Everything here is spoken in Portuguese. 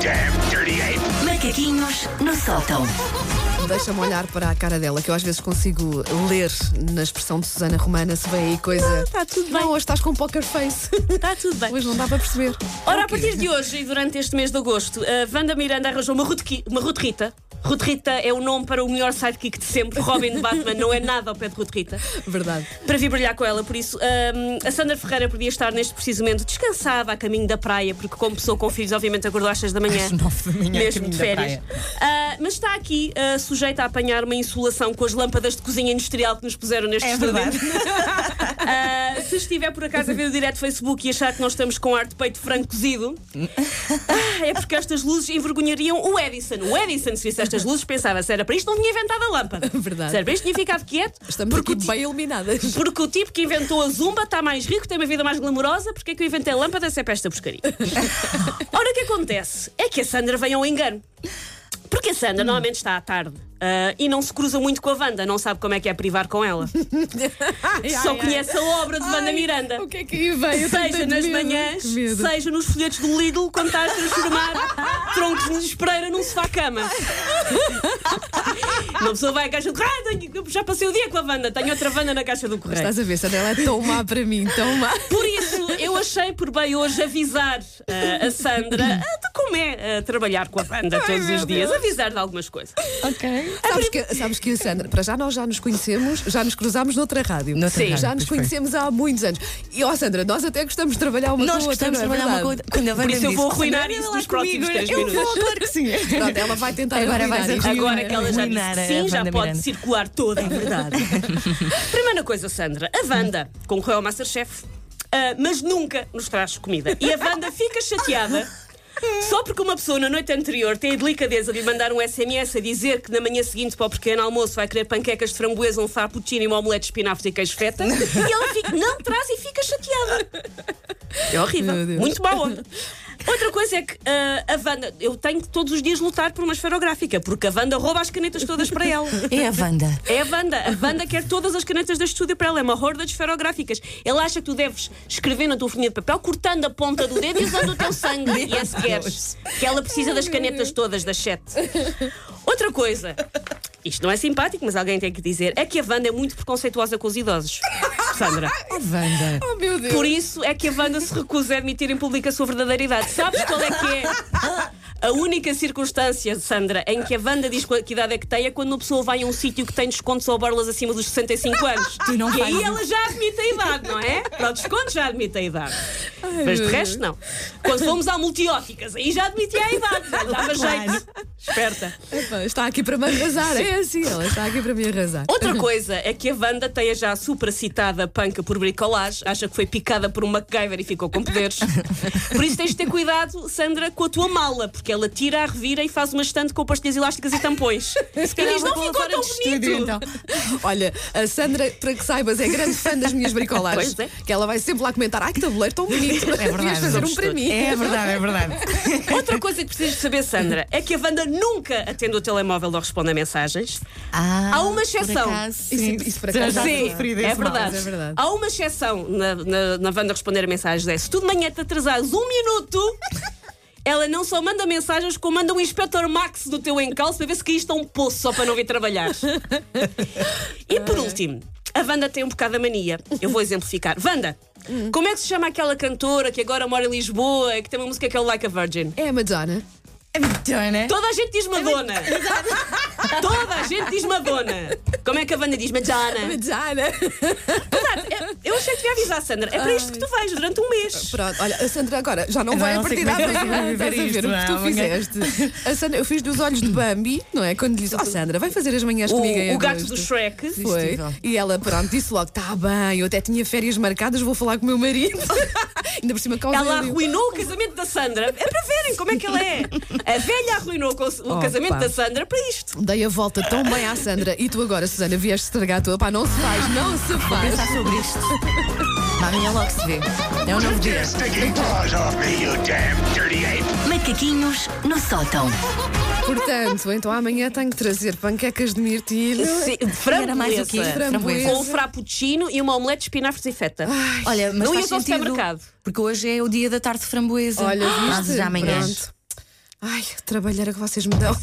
damn dirty ape! Macaquinhos no sótão. Deixa-me olhar para a cara dela, que eu às vezes consigo ler na expressão de Susana Romana se vem aí coisa. Ah, tá. Está Tá tudo bem, Não, hoje estás com poker face. está tudo bem. Hoje não dá para perceber. Ora, a partir de hoje e durante este mês de agosto, a Wanda Miranda arranjou uma Ruth, uma Ruth Rita. Ruth Rita é o nome para o melhor sidekick de sempre. Robin de Batman não é nada ao pé de Ruth Rita. Verdade. Para vir brilhar com ela, por isso, hum, a Sandra Ferreira podia estar neste preciso momento descansada a caminho da praia, porque, como pessoa com filhos, obviamente acordou às 6 da manhã. Às nove da manhã, a mesmo de caminho da férias. Ah, mas está aqui ah, sujeita a apanhar uma insolação com as lâmpadas de cozinha industrial que nos puseram neste É estúdio. verdade. Ah, se estiver por acaso a ver o direto Facebook e achar que nós estamos com ar de peito franco cozido, ah, é porque estas luzes envergonhariam o Edison. O Edison, se visse estas luzes, pensava: se era para isto, não tinha inventado a lâmpada. Verdade. Se era para isto, tinha ficado quieto. Estamos porque, aqui o ti- bem iluminadas. porque o tipo que inventou a zumba está mais rico, tem uma vida mais glamourosa, porque é que eu inventei a lâmpada se é para esta porcaria? Ora, o que acontece é que a Sandra vem ao engano. Porque a Hum. Sandra normalmente está à tarde ah, e não se cruza muito com a Wanda, não sabe como é que é privar com ela. Só conhece a obra de Wanda Ai, Miranda. O que é que aí vem? Eu tenho Seja tanto nas medo, manhãs, que medo. seja nos folhetos do Lidl, quando está a transformar troncos de espreira num sofá-cama. Uma pessoa vai à caixa do correio, "Ah, tenho- já passei o dia com a Wanda, tenho outra Wanda na caixa do correio. Estás a ver, Sandra, ela é tão má para mim, tão má. Por isso, eu achei por bem hoje avisar ah, a Sandra ah, de como é ah, trabalhar com a Wanda todos os dias, avisar de algumas coisas. Ok. Sabes que, sabes que a Sandra, para já nós já nos conhecemos, já nos cruzámos noutra rádio. Noutra Sim, rádio, já nos pois foi. conhecemos há muitos anos. E ó Sandra, nós até gostamos de trabalhar uma Nós com a outra. gostamos de não é trabalhar uma verdade? com a outra. Quando a Wanda Por isso eu disse, vou "Oh, arruinar Sandra, isso ela nos comigo, próximos três Eu vou, minutos. claro que sim. Pronto, ela vai tentar Agora arruinar vais isto. arruinar. Agora que ela já disse Eliminar a sim, já Wanda pode Miranda. circular toda, é verdade. Primeira coisa, Sandra, a Wanda concorreu ao Masterchef, ah, mas nunca nos traz comida. E a Wanda fica chateada. Só porque uma pessoa na noite anterior tem a delicadeza de lhe mandar um SMS a dizer que na manhã seguinte para o pequeno almoço vai querer panquecas de framboesa, um frappuccino e uma omelete de espinafres e queijo feta, e ela fica, não traz e fica chateada. É horrível. Meu Deus. Muito má onda. Outra coisa é que ah, a Wanda, eu tenho que todos os dias lutar por uma esferográfica, porque a Wanda rouba as canetas todas para ela. É a Wanda. É a Wanda. A Wanda quer todas as canetas deste estúdio para ela. É uma horda de esferográficas. Ela acha que tu deves escrever na tua folhinha de papel, cortando a ponta do dedo e usando o teu sangue. e yes, queres. Que ela precisa das canetas todas, das sete. Outra coisa. Isto não é simpático, mas alguém tem que dizer. É que a Wanda é muito preconceituosa com os idosos. Sandra. A Wanda. Oh meu Deus. Por isso é que a Wanda se recusa a admitir em público a sua verdadeira idade. Sabes qual é que é? A única circunstância, Sandra, em que a Wanda diz qual- que idade é que tem é quando uma pessoa vai a um sítio que tem descontos ou borlas acima dos 65 anos. Tu não e aí fazes ela já admite a idade, não é? Para o desconto já admite a idade. Mas de meu resto, não. Quando fomos à multióticas, aí já admitia a idade. Já dava Claro. jeito. Esperta. Epá, Está aqui para me arrasar. É assim, ela está aqui para me arrasar. Outra coisa é que a Wanda tenha já supracitada a panca por bricolage, acha que foi picada por um MacGyver e ficou com poderes. Por isso tens de ter cuidado, Sandra, com a tua mala, porque ela tira a revira e faz uma estante com pastilhas elásticas e tampões. Se calhar diz, vou não pô-la ficou fora tão de estúdio, bonito. então. Olha, a Sandra, para que saibas, é grande fã das minhas bricolagens. Pois é. Que ela vai sempre lá comentar: ai que tabuleiro tão bonito. É verdade. Devias fazer um somos para todos. mim. É verdade, é verdade. Outra coisa que precisas de saber, Sandra, é que a Wanda nunca atende o telemóvel ou responde a mensagens. Ah, Há uma exceção. por acaso, Isso- sim. isso por Já acaso já sim, sofri desse é mal. verdade. é verdade. Há uma exceção na, na, na Wanda responder a mensagens é se tu de manhã te atrasares um minuto, ela não só manda mensagens, como manda um inspetor Max no teu encalço para ver se caíste a um poço só para não vir trabalhar. e por último, a Wanda tem um bocado a mania. Eu vou exemplificar. Wanda, Hum. como é que se chama aquela cantora que agora mora em Lisboa e que tem uma música que é o Like a Virgin? É a Madonna. É Madonna. Toda a gente É diz Madonna. Toda a gente diz Madonna. Como é que a Wanda diz Madonna? Madonna. É, Eu achei que devia avisar, Sandra. É para isto que tu vais durante um mês. Pronto, olha, a Sandra agora já não, Agora vai a não sei partir da como é que vai manhã. viver Estás isto, a ver o que tu não é? fizeste. A Sandra, eu fiz dos olhos de Bambi, não é? Quando lhe disse, ó Sandra, vai fazer as manhãs comigo. em O, o gato agosto." do Shrek. Foi. Irresistível. E ela, pronto, disse logo: tá bem, eu até tinha férias marcadas, vou falar com o meu marido. Ainda por cima, causei Ela ali- arruinou o casamento da Sandra. É para verem como é que ela é. A velha arruinou o o Oh, casamento pá. da Sandra para isto. Dei a volta tão bem à Sandra e tu agora, Susana, vieste estragar tua. Pá, não se faz, não se faz. Pensar sobre isto. Amanhã logo se vê. É um novo Get dia. your stinking paws off me, you damn dirty ape! Macaquinhos no sótão. Portanto, então amanhã tenho que trazer panquecas de mirtilo. Era mais o quê? framboesa. Framboesa. Com um frappuccino e uma omelete de espinafres e feta. Olha, mas Não faz ias ao sentido, supermercado. Porque hoje é o dia da tarde de framboesa. Olha, Fazes viste? amanhã. Pronto. Ai, trabalhar que vocês me dão.